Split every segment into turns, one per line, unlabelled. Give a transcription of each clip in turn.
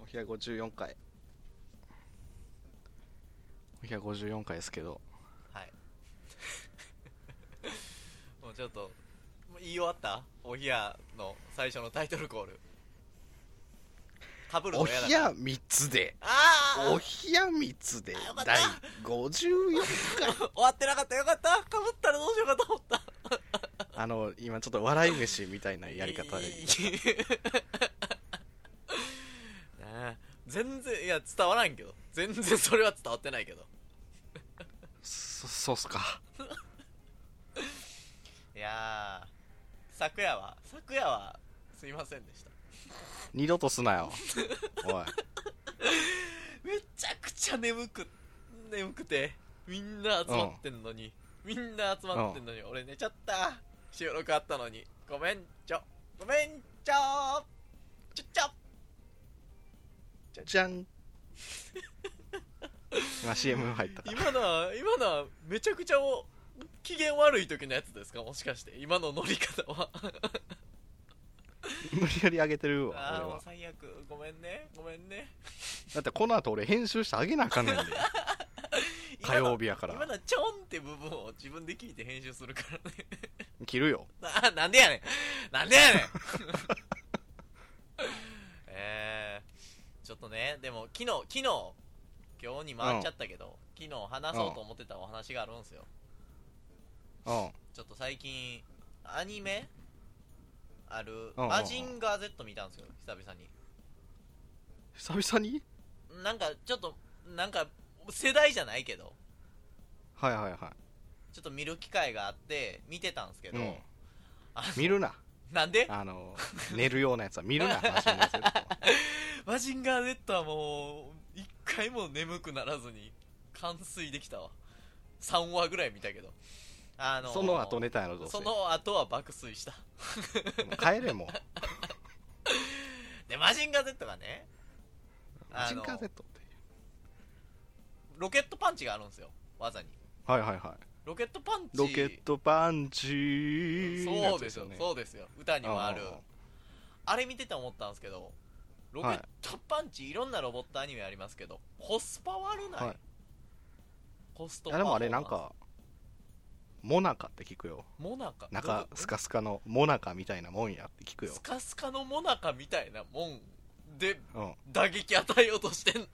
お部屋54回お部屋54回ですけど
はい。 もうちょっと、もう言い終わったおひやの最初のタイトルコール。かぶる
お
の
部
やだな。
屋3つで
あー
お部屋3つで
よかった
第54回
終わってなかったよかったかぶったらどうしようかと思った。
あの今ちょっと笑い飯みたいなやり 方で
いいいいなあ全然、いや、伝わらんけど。全然それは伝わってないけど。
そそうっすか
いやー、昨夜は、昨夜は、すいませんでした。
二度とすなよおい
めちゃくちゃ眠く眠くてみんな集まってんのに、みんな集まってんのに、俺寝ちゃった収録あったのにごめんちょごめんちょちょちょ
じゃん今 CM 入ったから
今のは今のはめちゃくちゃお機嫌悪い時のやつですかもしかして今の乗り方は
無理やり上げてるわ
ああ
俺
もう
は
最悪ごめんねごめんね
だってこの後俺編集してあげなあかんねんで火曜
日
日やか
今
ら
のちょんって部分を自分で聞いて編集するからね
切るよ
な なんでやねんなんでやね んえー、ちょっとねでも昨日昨日今日に回っちゃったけど、昨日話そうと思ってたお話があるんですよ、
うん
ちょっと最近アニメある「
うんうんうん
マジンガー Z」見たんですよ久々に
久々に
なんかちょっとなんか世代じゃないけど
はいはいは
ちょっと見る機会があって見てたんですけ
い、
ど、
うん、
あの
見るな
なんで
あ の寝るようなやつは見るなマジンガー Z は
マジンガー Z はもう一回も眠くならずに完遂できたわ3話ぐらい見たけどあのー
その後寝たんやろどうせ
その後は爆睡した
帰れもう
でマジンガー Z がね
マ
あの
ジンガー Z って
ロケットパンチがあるんですよ技に
はいはいはい
ロケットパンチ
ロケットパンチ
そうですよ
のやつ
そうですよ歌にもある
うんうんうん
あれ見てて思ったんですけどロケットパンチ、い、ろんなロボットアニメありますけどコスパ悪ない、
はい
コスト
い
パ
や
フ
で
ォーマン
も
ス
あれなんかモナカって聞くよ
モナカ
中スカスカのモナカみたいなもんやって聞くよ
スカスカのモナカみたいなもんで
うん
打撃与えようとしてんの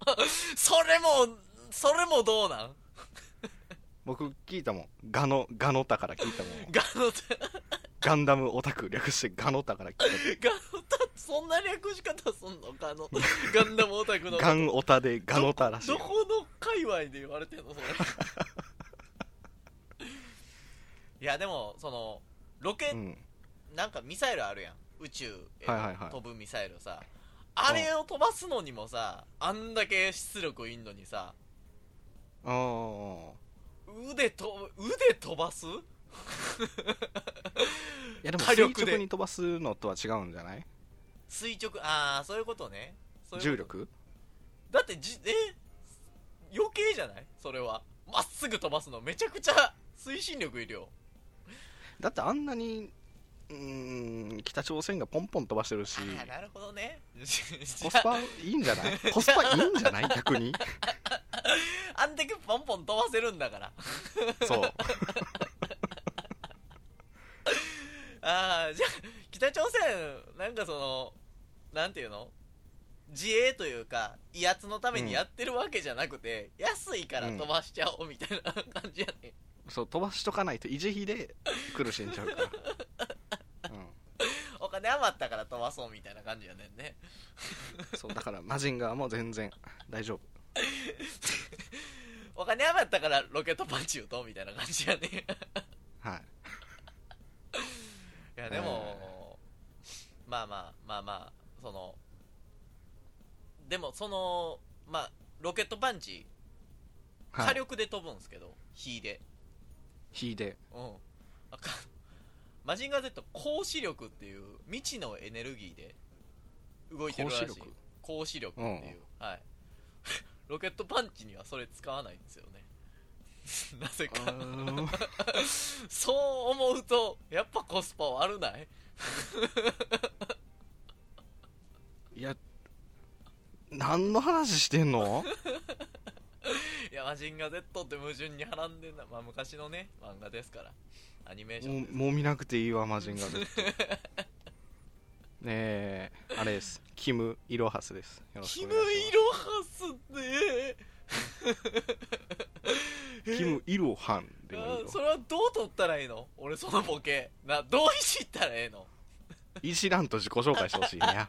それもそれもどうなん
僕聞いたもんガノガノタから聞い たもん
ガノタ
ガンダムオタク略してガノタから聞いた
ガノタそんな略し方すんのガノガンダムオタクの
ガンオタでガノタらしい
どこの界隈で言われて んのそれいやでもそのロケ、
うん
なんかミサイルあるやん宇宙へ
はいはいはい
飛ぶミサイルさあれを飛ばすのにもさあんだけ出力いんのにさ
ああ
腕と腕飛ばす
いやでも
火
垂
力で
直に飛ばすのとは違うんじゃない
垂直ああそういうことねそういうこと
重力
だってじえ余計じゃないそれはまっすぐ飛ばすのめちゃくちゃ推進力いるよ
だってあんなにうーん北朝鮮がポンポン飛ばしてるし
ああなるほどね
コスパいいんじゃないコスパいいんじゃない逆に
あんだけポンポン飛ばせるんだから
そう
ああじゃあ北朝鮮なんかそのなんていうの自衛というか威圧のためにやってるわけじゃなくて、安いから飛ばしちゃおうみたいな感じやね、
そう飛ばしとかないと維持費で苦しんじゃうから、 うん、
お金余ったから飛ばそうみたいな感じやねんね
そうだからマジンガーも全然大丈夫
お金余ったからロケットパンチ打とうみたいな感じやね い
はい
やでも、まあまあまあまあそのでもそのまあロケットパンチ
はい
火力で飛ぶんですけど、火で
火で
うんあかマジンガー Z 光子力っていう未知のエネルギーで動いてるらしい
光子力
光子力っていう、はい ロケットパンチにはそれ使わないんですよね なぜか
あー
そう思うとやっぱコスパ悪ない
いや何の話してんの
いや、マジンガ Z って矛盾にはらんでんな、まあ、昔のね、漫画ですから、アニメーション
も
です
うもう見なくていいわマジンガー Z ねえあれですキム・イロハスですよろし
キ
くお
ム・イ
願
ロ
いし
ハスって、
ますキム・イロハンでもいい
あ
よ
それはどう取ったらいいの俺そのボケなどういじったらええの
一覧と自己紹介してほしいね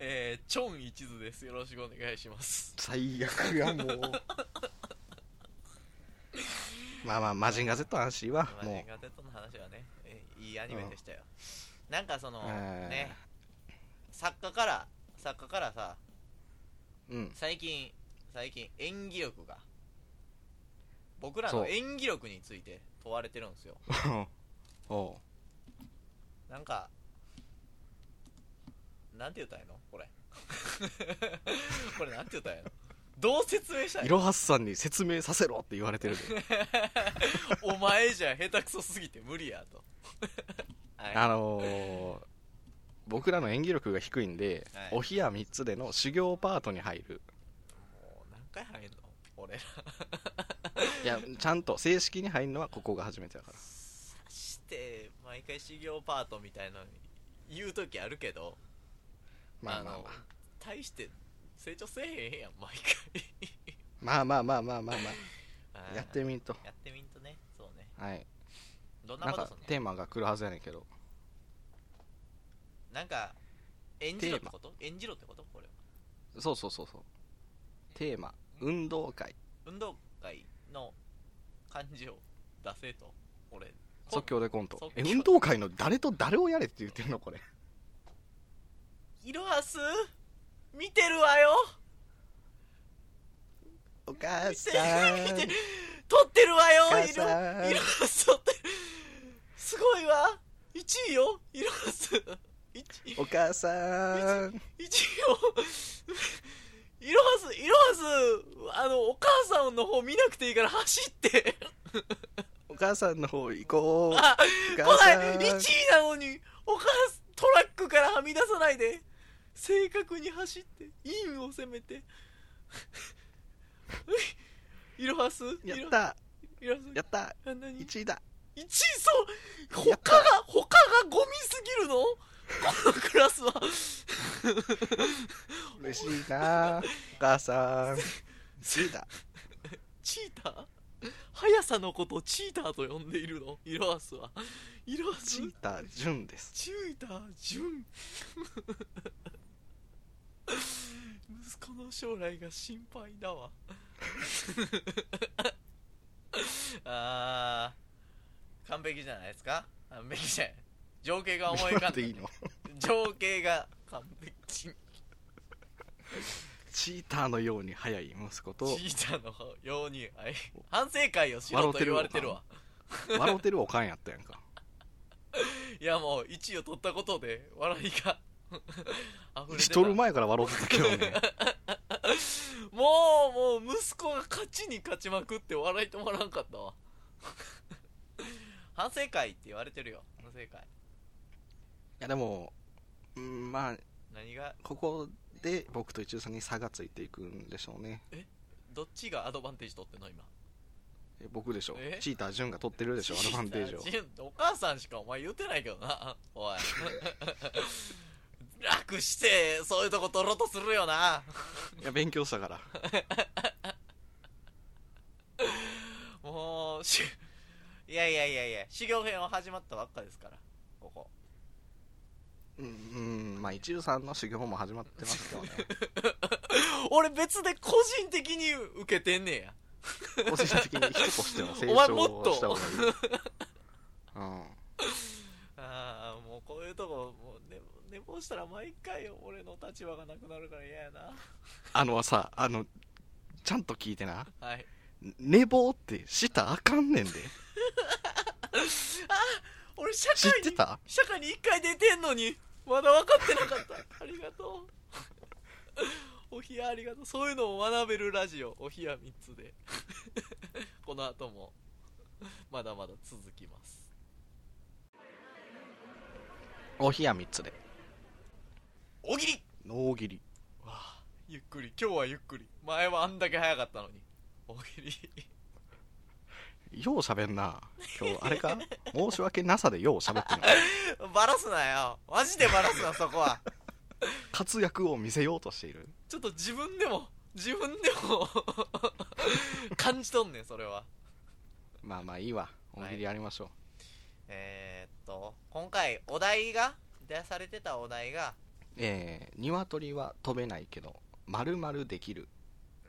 えー、チョン一途ですよろしくお願いします
最悪やもうまあまあマジンガ Z の話は
マジ
も
ンガー Z の話はね、えーいいアニメでしたよ、なんかその、
えー
ね作家から作家からさ
ううん
最近最近演技力が僕ら
そ
の
う
演技力について問われてるんですよ
おう
なんかなんて言ったんやのこれ これなんて言ったんやのどう説明したんや
いろはすさんに説明させろって言われてるで
お前じゃ下手くそすぎて無理やと はい
あのー僕らの演技力が低いんで、
はい
お冷や3つでの修行パートに入る
もう何回入んの俺ら
いやちゃんと正式に入るのはここが初めてだから
して毎回修行パートみたいなの言う時あるけど
まあまあ
の大して成長せえへんやん毎
まあまあまあまあまあまあま
回
あやってみんと
やってみんとねそうね
はい
どんな
なん
こと
か
すんの
テーマが来るはずやねんけど
なんか演じろってこと演じろってことこれは
そうそうそうそうテーマ運動会
運動会の感じを出せと俺
即興でコント
即興
え運動会の誰と誰をやれって言ってるのこれ
イロハス見てるわよ
お母さ
見
ん
て撮ってるわよ
お母
イロ
さん
イロハス撮ってるすごいわ1位よイロハス 1, 位
お母さん
一位よイロハスイロハスあのお母さんの方見なくていいから走って
お母さんの方行こう
あ
お
来
母さん
ない1位なのにお母さんトラックからはみ出さないで正確に走ってインを攻めて イロハス
やっ
イロ
た
イロハス
やった
あ何
1位だ
1位そう
やっ
他
た
が他がゴミすぎるのこ のクラスは
嬉しいなお母さん1位だ
チーター速さのことをチーターと呼んでいるのイロハスはイロハス
チーター純です
チューター純息子の将来が心配だわ あー完璧じゃないですか完璧じゃない情景が思い 浮かん
で
で
いいの
情景が完璧
チーターのように速い息子と
チーターのようにはい反省会をしろと言われてるわ
笑うてるおかんやったやん か
いやもう1位を取ったことで笑いが 溢れ
し
出
とる
た
前から笑うてた けどね
もうもう息子が勝ちに勝ちまくって笑い止まらんかったわ 反省会って言われてるよ反省会
いやでもうんまあ
何が
ここで僕と一中さんに差がついていくんでしょうね
どっちがアドバンテージ取ってんの今
え僕でしょ
え
チーター潤が取ってるでしょアドバンテー ジを
ジンお母さんしかお前言ってないけどなおい 楽してそういうとこ取ろうとするよない
や勉強した から
もうしいやいやいやいや修行編は始まったばっかですからここ
うんうんまあ一中さんの修行も始まってますけ どね
俺別で個人的に受けてんねや
個人的に人としての成
お前
長
もっ
を
と
した方がいい うん
ああもうこういうとこもう寝寝坊したら毎回俺の立場がなくなるから嫌やな
あのさあのちゃんと聞いてな
はい
寝坊ってしたらあかんねんで
俺社
知っ
会
て
に
た
社会に一回出てんのにまだ分かってなかったありがとうお冷やありがとうそういうのを学べるラジオお冷や3つでこの後もまだまだ続きます
お冷や3つで
大喜利
大喜利
わあゆっくり今日はゆっくり前はあんだけ早かったのに大喜利
よう喋んな今日あれ か申し訳なさでよう喋ってる
バラすなよマジでバラすなそこは
活躍を見せようとしている
ちょっと自分でも 自分でも 感じとんねんそれは
まあまあいいわ大喜利やりましょう、
えー、っと今回お題が出されてたお題が
えー、鶏は飛べないけど丸々できる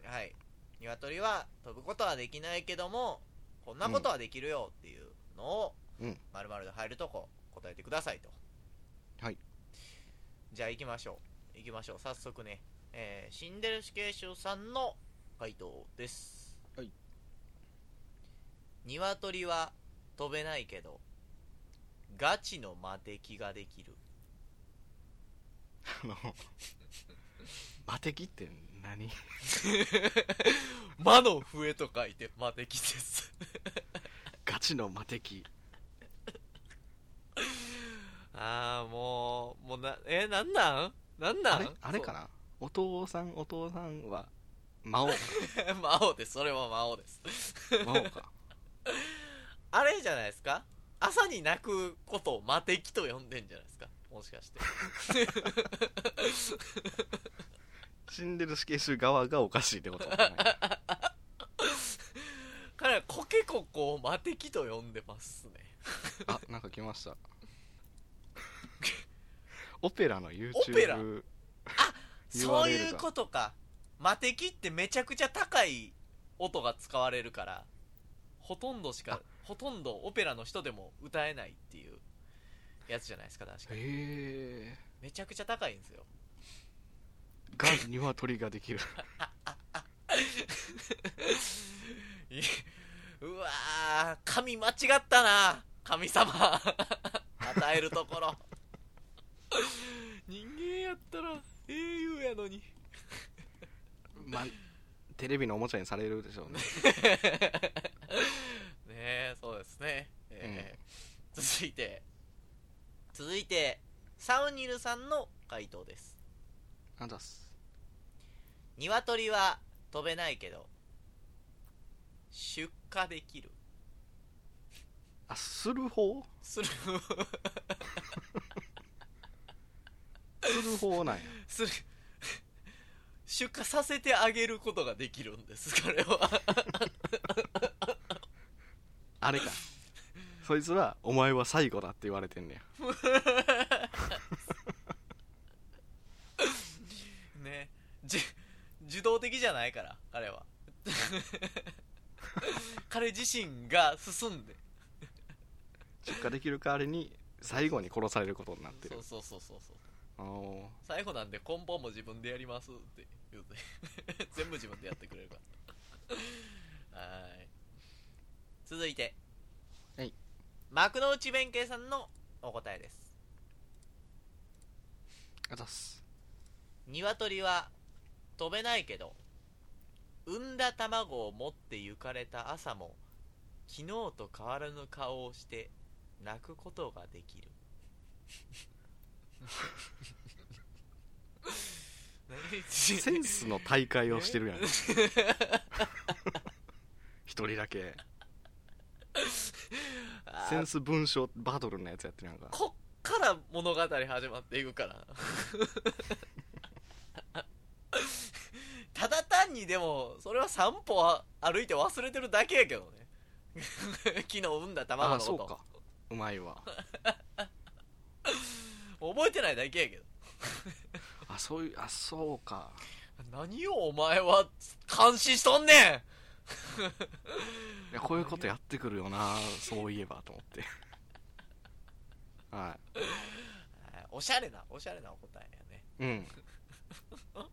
はい鶏は飛ぶことはできないけどもこんなことはできるよっていうのを
うん
丸々で入るとこ答えてくださいと
はい
じゃあ行きましょう行きましょう早速ね、えーシンデレ死刑囚さんの回答です
はい
鶏は飛べないけどガチの魔敵ができる
あの魔敵って何
魔の笛と書いて魔敵です
ガチの魔敵
ああもうもうなえなんなんなんなん
あれあれかなお父さんお父さんは魔王か
そう 魔王ですそれは魔王です
魔王 か
あれじゃないですか朝に泣くことを魔敵と呼んでんじゃないですかもしかして
死んでる死刑囚側がおかしいってことじゃない
彼はコケココを魔敵と呼んでますね
あなんか来ましたオペラの YouTube
オペラ
URL が
そういうことか魔敵ってめちゃくちゃ高い音が使われるからほとんどしかほとんどオペラの人でも歌えないっていうやつじゃないですか確かに
へえ
めちゃくちゃ高いんですよ
が鶏ができる
うわー神間違ったな神様 与えるところ人間やったら英雄やのに
まあテレビのおもちゃにされるでしょうね
ねえそうですね、えー続いて続いてサウニルさんの回答です
あざっす
鶏は飛べないけど出荷できる
あする方
する
する方なんや
する出荷させてあげることができるんです彼は
あれかそいつはお前は最後だって言われてんねや
ねじ受動的じゃないから彼は彼自身が進んで
出荷できる代わりに最後に殺されることになってる
そうそうそうそうそう
あの
最後なんで梱包も自分でやりますって言うて 全部自分でやってくれるからはーい続いて
はい
幕の内弁慶さんのお答えです
あざっ す
鶏は飛べないけど産んだ卵を持って行かれた朝も昨日と変わらぬ顔をして泣くことができる何
センスの大会を してるやん一人だけ
あ ー
センス文章バトルのやつやってるやんか
こっから物語始まっていくからただ単にでもそれは散歩は歩いて忘れてるだけやけどね 昨日産んだ卵
あ
の
そう
こ
かうまいわ
と覚えてないだけやけど
あそういうあそうか
何をお前は監視しとんね
いやこういうことやってくるよなそういえばと思っては
んはいおしゃれなおしゃれなお答えやね
いうん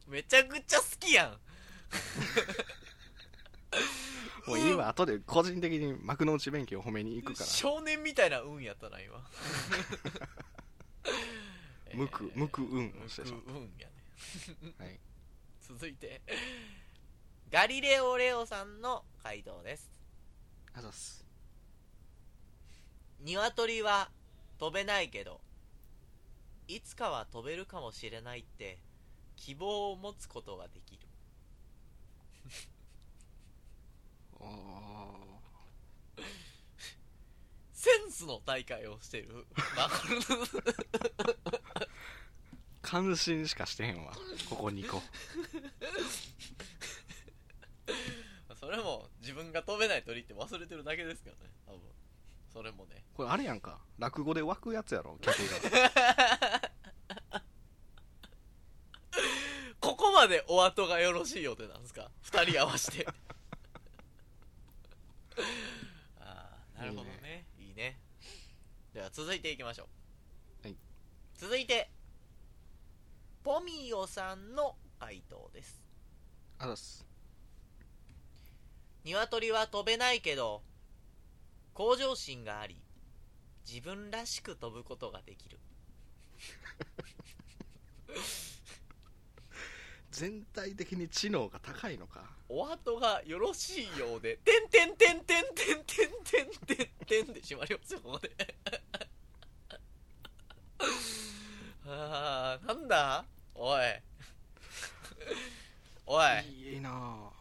めちゃくちゃ好きやん
もう今後で個人的に幕の内弁慶を褒めに行くから
少年みたいな運やったな今
無垢無垢運
無
をして
垢
しま
運やね
う はい
続いてガリレオ・レオさんの回答です
あざっす
鶏は飛べないけどいつかは飛べるかもしれないって希望を持つことができる
あー
センスの大会を しているマコル
感心しかしてへんわここ2個
それも自分が飛べない鳥って忘れてるだけですからね多分それもね
これあれやんか落語で湧くやつやろ客 が
ここまでお後がよろしいよってなんですか2人合わせて ああなるほどねいいねでは続いていきましょう、
はい
続いてポミオさんの回答です
あざっす
鶏は飛べないけど向上心があり自分らしく飛ぶことができる
全体的に知能が高いのか
お後がよろしいようで「てんてんてんてんてんてんてんてんてん」でしまりますよここで あーなんだおいおい
いいなあ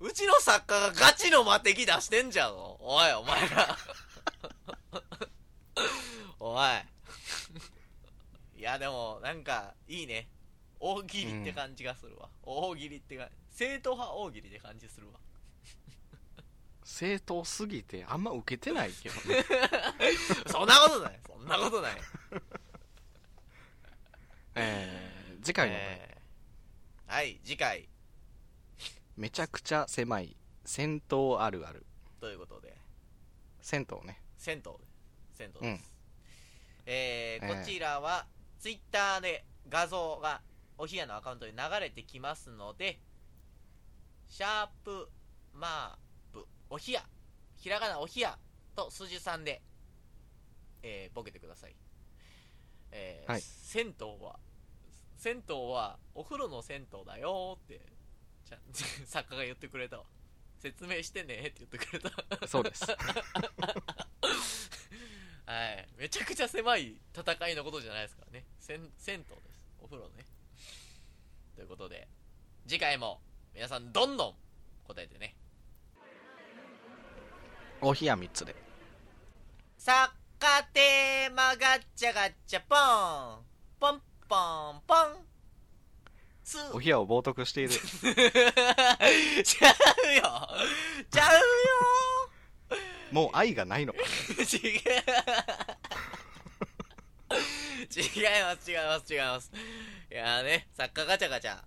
うちの作家がガチの魔敵出してんじゃんおいお前らおいいやでもなんかいいね大喜利って感じがするわ、大喜利ってか正統派大喜利って感じするわ
正当すぎてあんま受けてないけどね
そんなことないそんなことない
えー、次回のお題、
えーはい次回
めちゃくちゃ狭い戦闘あるある
ということで
銭湯ね
銭湯銭湯です、
うん
え
え
ー
ー
こちらはツイッターで画像がおひやのアカウントに流れてきますのでシャープマープおひやひらがなおひやと数字3で、えーボケてください、えー
はい
銭湯は銭湯はお風呂の銭湯だよーってちゃん 作家が言ってくれたわ説明してねーって言ってくれた
そう です
はい、めちゃくちゃ狭い戦いのことじゃないですからね銭銭湯ですお風呂ねということで次回も皆さんどんどん答えてね
お冷や3つで
サッカーテーマガッチャガッチャポンポンポンポンツー
お冷やを冒涜している
ちゃうよちゃうよ
もう愛がないのか
違う違います違います違いますいやーね作家ガチャガチャ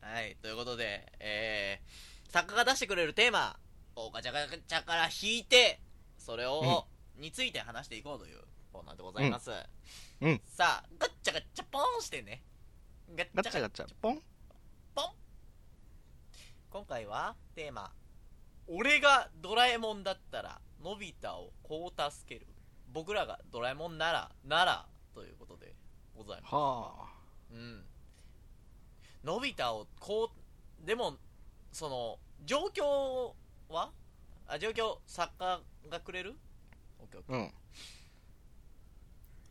はいということでえー、作家が出してくれるテーマをガチャガチャから引いてそれを、について話していこうというコーナーでございます、
うんうん
さあガッチャガチャポンしてねガッ
ガチャガチャポン
今回はテーマ「俺がドラえもんだったらのび太をこう助ける僕らがドラえもんならなら」ということでございます
は
うんのび太をこうでもその状況はあ状況作家がくれるオッケーオッケー
あうん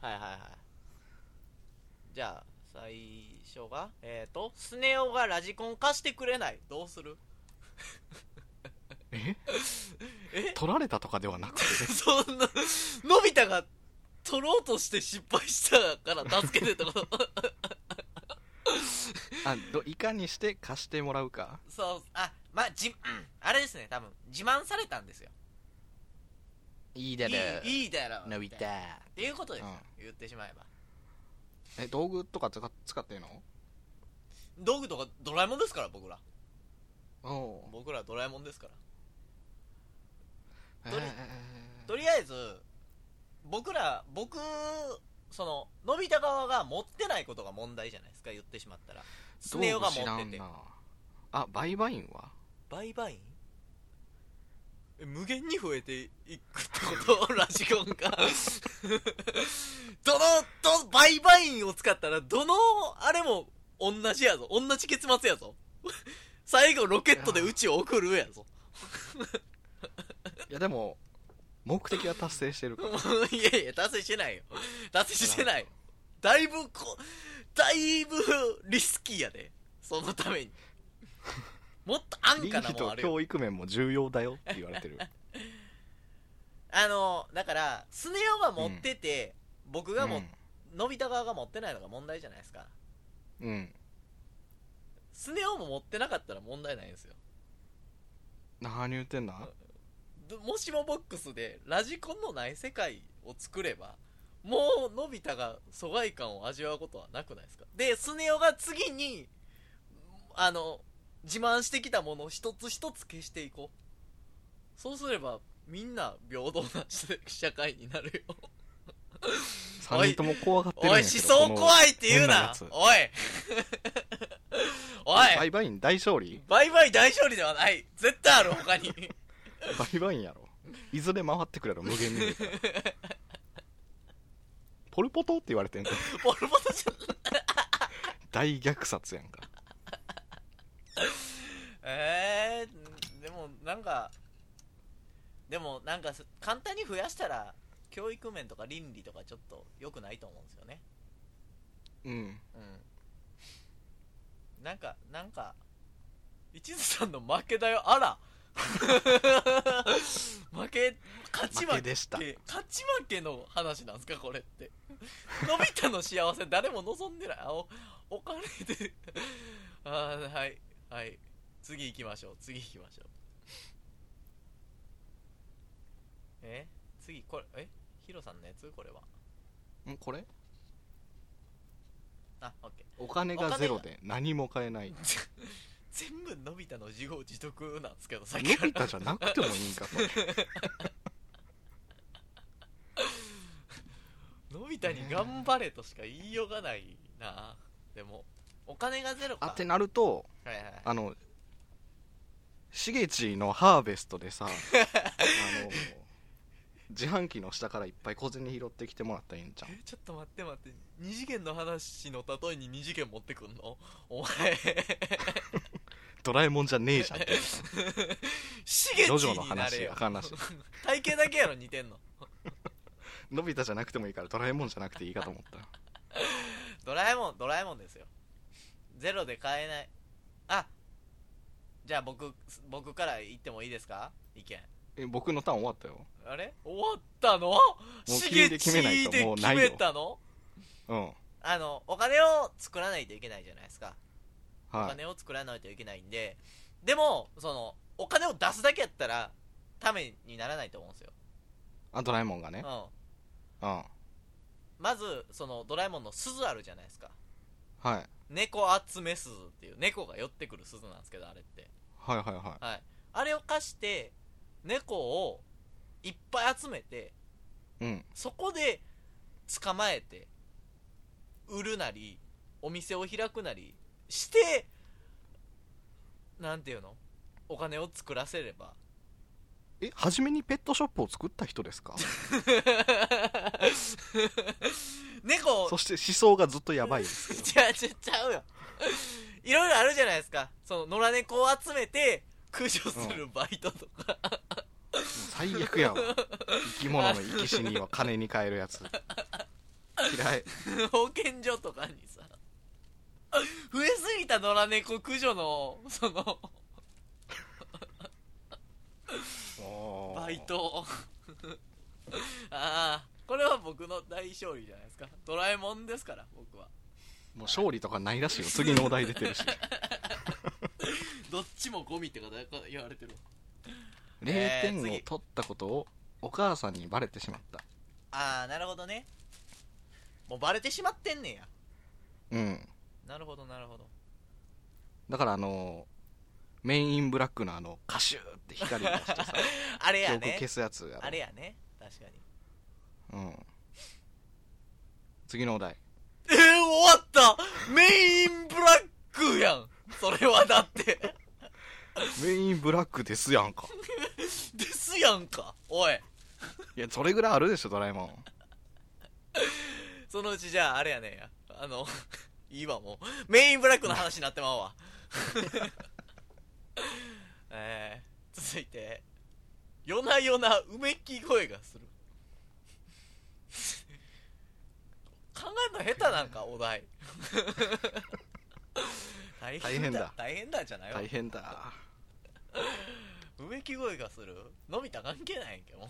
はいはいはいじゃあ最初がえっ、ー、とスネ夫がラジコン貸してくれないどうする
え
え
取られたとかではなくて
そんな、のび太が取ろうとして失敗したから助けてってこと
あどいかにして貸してもらうか
そう、あ、まあ、じ、うんあれですね、多分、自慢されたんですよ。
いい
い
だろ
い、いいだろ。
のび太
みたいなっていうことですよ、
う
言ってしまえば。
え道具とか使っ使ってんの
道具とかドラえもんですから、僕ら。
おお
僕らドラえもんですから。
う
どれ
え
とりあえず、僕ら、僕、その、のび太側が持ってないことが問題じゃないですか、言ってしまったら。スネ夫が持
道
っ
具
て
知
て
らん。なあバイバインは
売買員え無限に増えていくってことラジコンがどのど売買員を使ったらどのあれも同じやぞ同じ結末やぞ最後ロケットで宇宙を送るやぞ
いやでも目的は達成してるか
もういやいや達成してないよ達成してないだいぶこだいぶリスキーやでそのためにもっと安
倫
価な
理
もん
と
あるよ
教育面も重要だよって言われてる
あのだからスネ夫が持ってて、僕がも、のび太側が持ってないのが問題じゃないですか
うん、うん、
スネ夫も持ってなかったら問題ないんですよ
何言ってんだ
どもしもボックスでラジコンのない世界を作ればもうのび太が疎外感を味わうことはなくないですかでスネ夫が次にあの自慢してきたものを一つ一つ消していこうそうすればみんな平等な社社会になるよお
3
い
人とも怖がってるん
お
や
い思
けど
想怖いって言
こ
う
の変なや
な
つ
おいお
バ
い
イ バイン大勝利
バイバイ大勝利ではない絶対ある他 に
バイバインやろいずれ回ってくれろ無限に ポルポトって言われてんの
ポルポトじゃ
大虐殺やんか
えー、でもなんかでもなんかす簡単に増やしたら教育面とか倫理とかちょっと良くないと思うんですよね
うん
うんなんかなんか一途さんの負けだよあ ら負け勝ち負け
負けでした
勝ち負けの話なんですかこれって のび太の幸せ誰も望んでないあおお金で あーはいはい次行きましょう次行きましょうえ次これえヒロさんのやつこれは
んこれ
あオッケー
お金
お金
が
が
ゼロで何も買えない
全部のび太の自業自得なんですけどさっき
伸
か
び
ら
たじゃなくてもいいんか それ
のび太に頑張れとしか言いようがないなでもお金がゼロか
あってなると
はいはいはい
あのしげちのハーベスト でさあの自販機の下からいっぱい小銭拾ってきてもらったらいいんじゃん
え ちょっと待って待って二次元の話の例えに二次元持ってくんのお前
ドラえもんじゃねえじゃん って
しげち
ジョジョの
になれ
話
よ
あかんなし
体型だけやろ似てんの
のび太じゃなくてもいいからドラえもんじゃなくていいかと思った
ドラえもんドラえもんですよゼロで買えないあじゃあ僕僕から言ってもいいですか意見
え僕のターン終わったよ
あれ終わったの
う
し
君
げ
で
ち
決めないと
で
もう
決
ないよ
めたの
うん
あのお金を作らないといけないじゃないですか、お
はい
金を作らないといけないんででもそのお金を出すだけやったらためにならないと思うんですよ、
あドラえもんが
う
ね
ん、
うんは
まずそのドラえもんの鈴あるじゃないですか
いはい
猫集め鈴っていう猫が寄ってくる鈴なんですけどあれって
はいはい
はいあれを貸して猫をいっぱい集めて
うん
そこで捕まえて売るなりお店を開くなりしてなんていうのお金を作らせれば
え初めにペットショップを作った人ですか
猫を
そして思想がずっとやばいですけど
ちゃうちゃうちゃうよいろいろあるじゃないですかその野良猫を集めて駆除するバイトとか、
最悪やわ生き物の生き死には金に変えるやつ嫌 い
保健所とかにさ増えすぎた野良猫駆除のその
もう
バイトああこれは僕の大勝利じゃないですかドラえもんですから僕は
もう勝利とかないらしいよ次のお題出てる し
どっちもゴミって方言われてるわ
0点を
次
取ったことをお母さんにバレてしまった
ああなるほどねもうバレてしまってんねや
うん
なるほどなるほど
だからあのーメインインブラックのあのカシューって光を出 してさ
あれ
記
や
憶
ね
消すやつやろ
あれやね確かに
うん次のお題
えー、終わったメインブラックやんそれはだって
メインブラックですやんか
ですやんかおい
いやそれぐらいあるでしょドラえもん
そのうちじゃああれやねんやあの いいわもうメインブラックの話になってまうわ えー、続いて夜な夜なうめき声がする 考えるの下手なんかお題 大変だ大変だじゃないわ
大変だ
うめき声がするのび太関係ないんやけど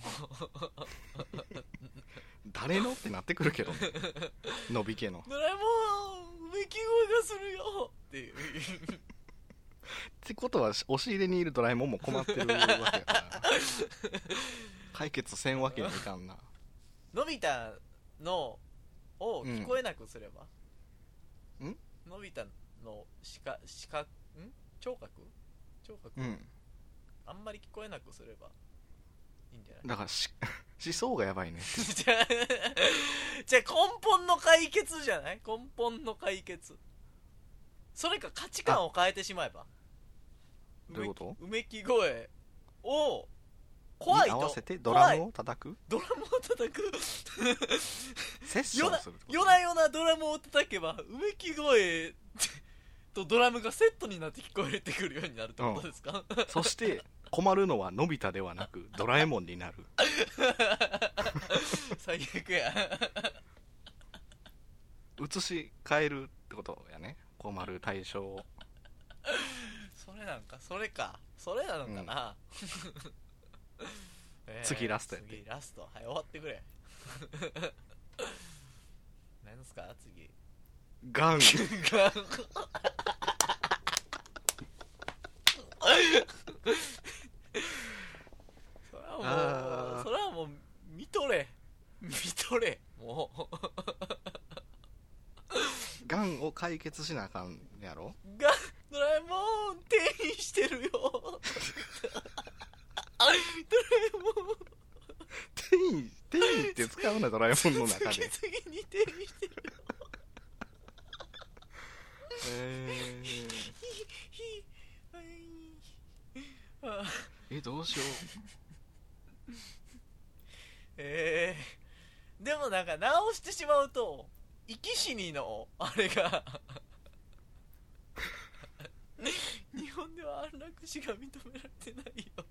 誰のってなってくるけ どねのび家の
ドラえもんうめき声がするよっていう
ってことは押し入れにいるドラえもんも困ってるわけや から解決せんわけにはいかんな
のび太のを聞こえなくすれば、
うん
のび太の視覚視覚ん聴覚聴覚、
うん
あんまり聞こえなくすればいいんじゃない
だからし 思想がやばいね
じゃあじゃあ根本の解決じゃない根本の解決それか価値観を変えてしまえば
どういうこと
うめきうめき声を怖い
に
と
合わせてドラ
怖
ム
い
を叩く
ドラムを叩く
セッショ
夜
ン
な
するってこと
夜な夜なドラムを叩けばうめき声とドラムがセットになって聞こえてくるようになるってことですか、
そして困るのはのび太ではなくドラえもんになる
最悪や
移し替えるってことやね困る対象を
それなんかそれかそれなのかな、 えー
次ラストやって
次ラストはい終わってくれ 何すか次
ガ ン
それはも
あ
う
ー
それはもう見とれ見とれもう
ガンを解決しなあかんやろ
がドラえもん転移してるよドラえもん
転移転移って使うなドラえもんの中
次
で、
々に転移してる
え
ひはい
ー
あ
えどうしよ
えー、でもなんか直してしまうと生き死にのあれが日本では安楽死が認められてないよ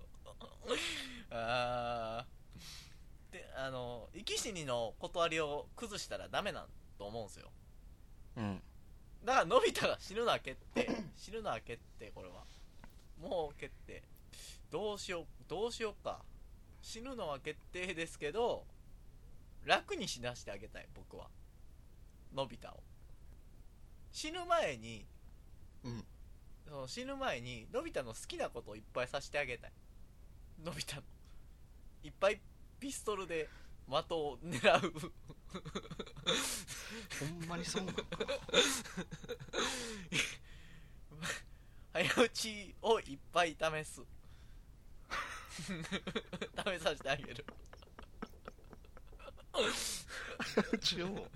あーであの生き死にの断りを崩したらダメなんと思うんですよ
ううん
だからのび太が死ぬのは決定死ぬのは決定これはもう決定どうしようどうしようか死ぬのは決定ですけど楽に死なしてあげたい僕はのび太を死ぬ前に、
うん
その死ぬ前にのび太の好きなことをいっぱいさせてあげたいのび太のいっぱいピストルで的を狙う
ほんまにそうなのか
早打ちをいっぱい試す 試させてあげる
なうちを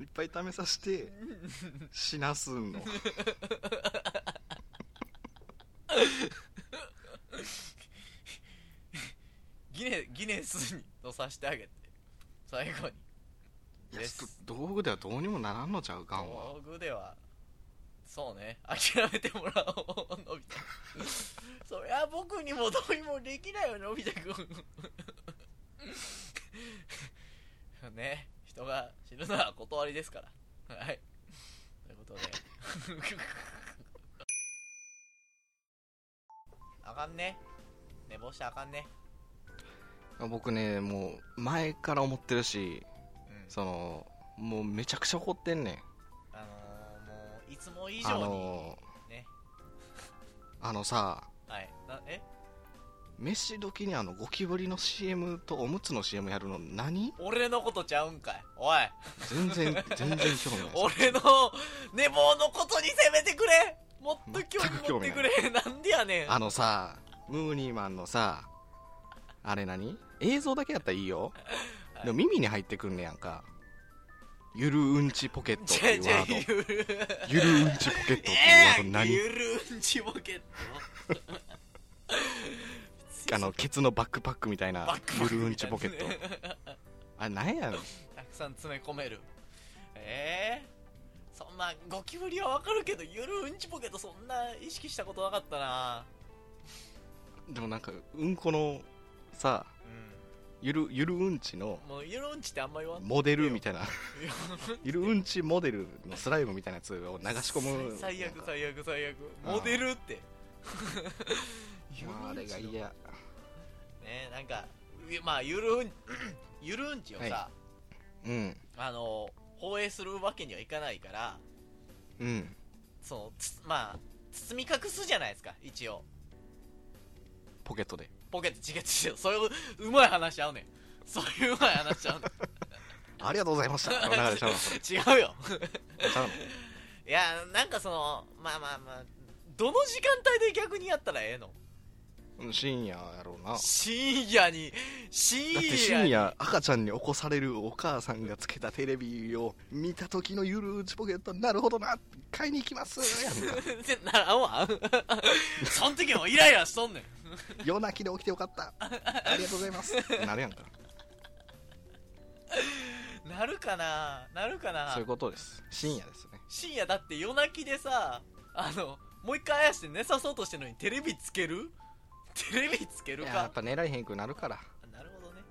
いっぱい試させて死なすんの
ギネギネスにとさせてあげて最後に
いや
です
ちょっと道具ではどうにもならんのちゃうガンは
道具ではそうね諦めてもらおうのび太 そりゃ僕にもどうにもできないよのび太くん ね人が死ぬのは断りですからはいということで あかんね寝坊したらあかんね
僕ねもう前から思ってるし
うん
そのもうめちゃくちゃ怒ってんねん
あのー、もういつも以
あ
上に
の
ね、
あのさ
はいなえ
飯時にあのゴキブリの CM とおむつの CM やるの何
俺のことちゃうんかいおい
全 然全然興味ない
俺の寝坊のことに責めてくれもっと興味持ってくれなんでやねん
あのさムーニーマンのさあれ何映像だけやったらいいよ、
はい
でも耳に入ってくんねやんかゆるうんちポケットっ
じ
て
ゃ
いう
じゃ
ワード
ゆる
ゆるうんちポケットっていうワード何、
ゆるんちボケッ ト
あのケツのバックパックみたいな
バックパ
ゆ
ック
るうんちポケット
みたい
あれ何やろ
たくさん詰め込めるええそんなゴキブリはわかるけどゆるうんちボケットそんな意識したことなかったな
でもなんかうんこのさ
うん
ゆるゆるうんちの
もうゆるうんちってあんま言わん
モデルみ たいな
い
ゆるうんちモデルのスライムみたいなやつを流し込む
最悪最悪最悪
うん
モデルって
まああれが
ね
嫌
なんかゆまあゆるうん ゆるうんちをさ、
はうん
あの放映するわけにはいかないから
うん
そのつまあ包み隠すじゃないですか一応
ポケットで
ポケットチケットしてそういううまい話ちゃうねんそういううまい話ちゃうねん
ありがとうございました の流れちゃうのそれ
違うよ
ちゃうの
いやなんかそのまあまあまあどの時間帯で逆にやったらええの
うん深夜やろうなだ
深夜に深
っ
夜
て
に
深夜赤ちゃんに起こされるお母さんがつけたテレビを見た時のゆるうちポケットなるほどな買いに行きますやんか
ってならんわ そん時もイライラしとんねん
夜泣きで起きてよかったありがとうございますなるやん か
なるかななるかな
そういうことです深夜ですね
深夜だって夜泣きでさあのもう一回あやして寝さそうとしてるのにテレビつけるテレビつけ
い
る
やや
か
っぱ狙いへんくなるから
なるほどね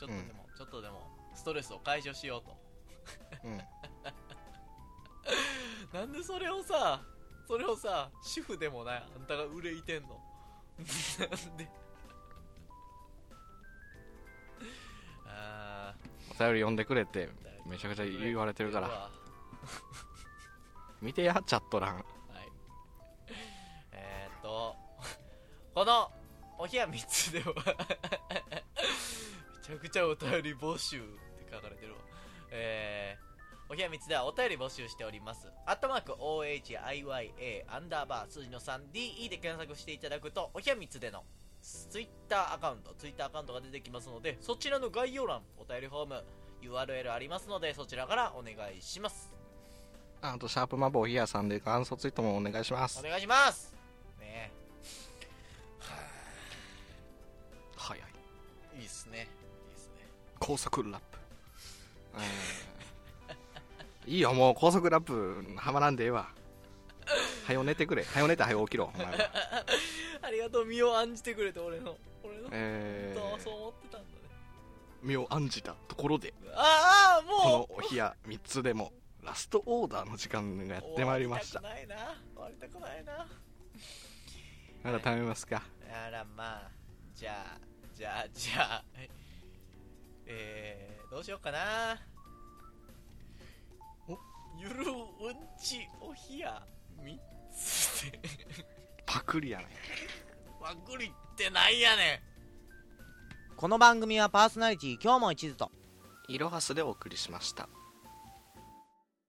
ちょっとでも、ちょっとでもストレスを解消しよう
うん
となんでそれをさそれをさ主婦でもないあんたが憂いてんの なんで あー
お便り読んでくれってめちゃくちゃ言われてるか
う
ら
わ
見てやチャット欄
はい。えー、っと、この、お部屋3つでは、めちゃくちゃお便り募集って書かれてるわ。えー、お部屋3つではお便り募集しております。アットマーク OHIYA アンダーバー数字の 3DE で検索していただくと、お部屋3つでのツイッターアカウント、ツイッターアカウントが出てきますので、そちらの概要欄、お便りフォーム、URL ありますので、そちらからお願いします。
あとシャープマボヒアさんで感想ツイートもお願いします
お願いしますね
早い
いいっすねいいっすね
高速ラップうんいいよもう高速ラップはまらんでええわはよ寝てくれはよ寝てはよ起きろ お前は、
ありがとう身を案じてくれて俺の俺の
え
本当そう
ー、
思ってたんだね
身を案じたところで
ああも
このお部屋3つでもラストオーダーの時間がや
う
ってまいりました
終わりたくないな終わりたくないな
まだ食べますか
あらまあじゃあじゃあじゃあ えー、どうしようかな
お
ゆるうんちおひや3つで
パクリやね
パクリってなんやねん
この番組はパーソナリティ今日も一途と
いろはすでお送りしました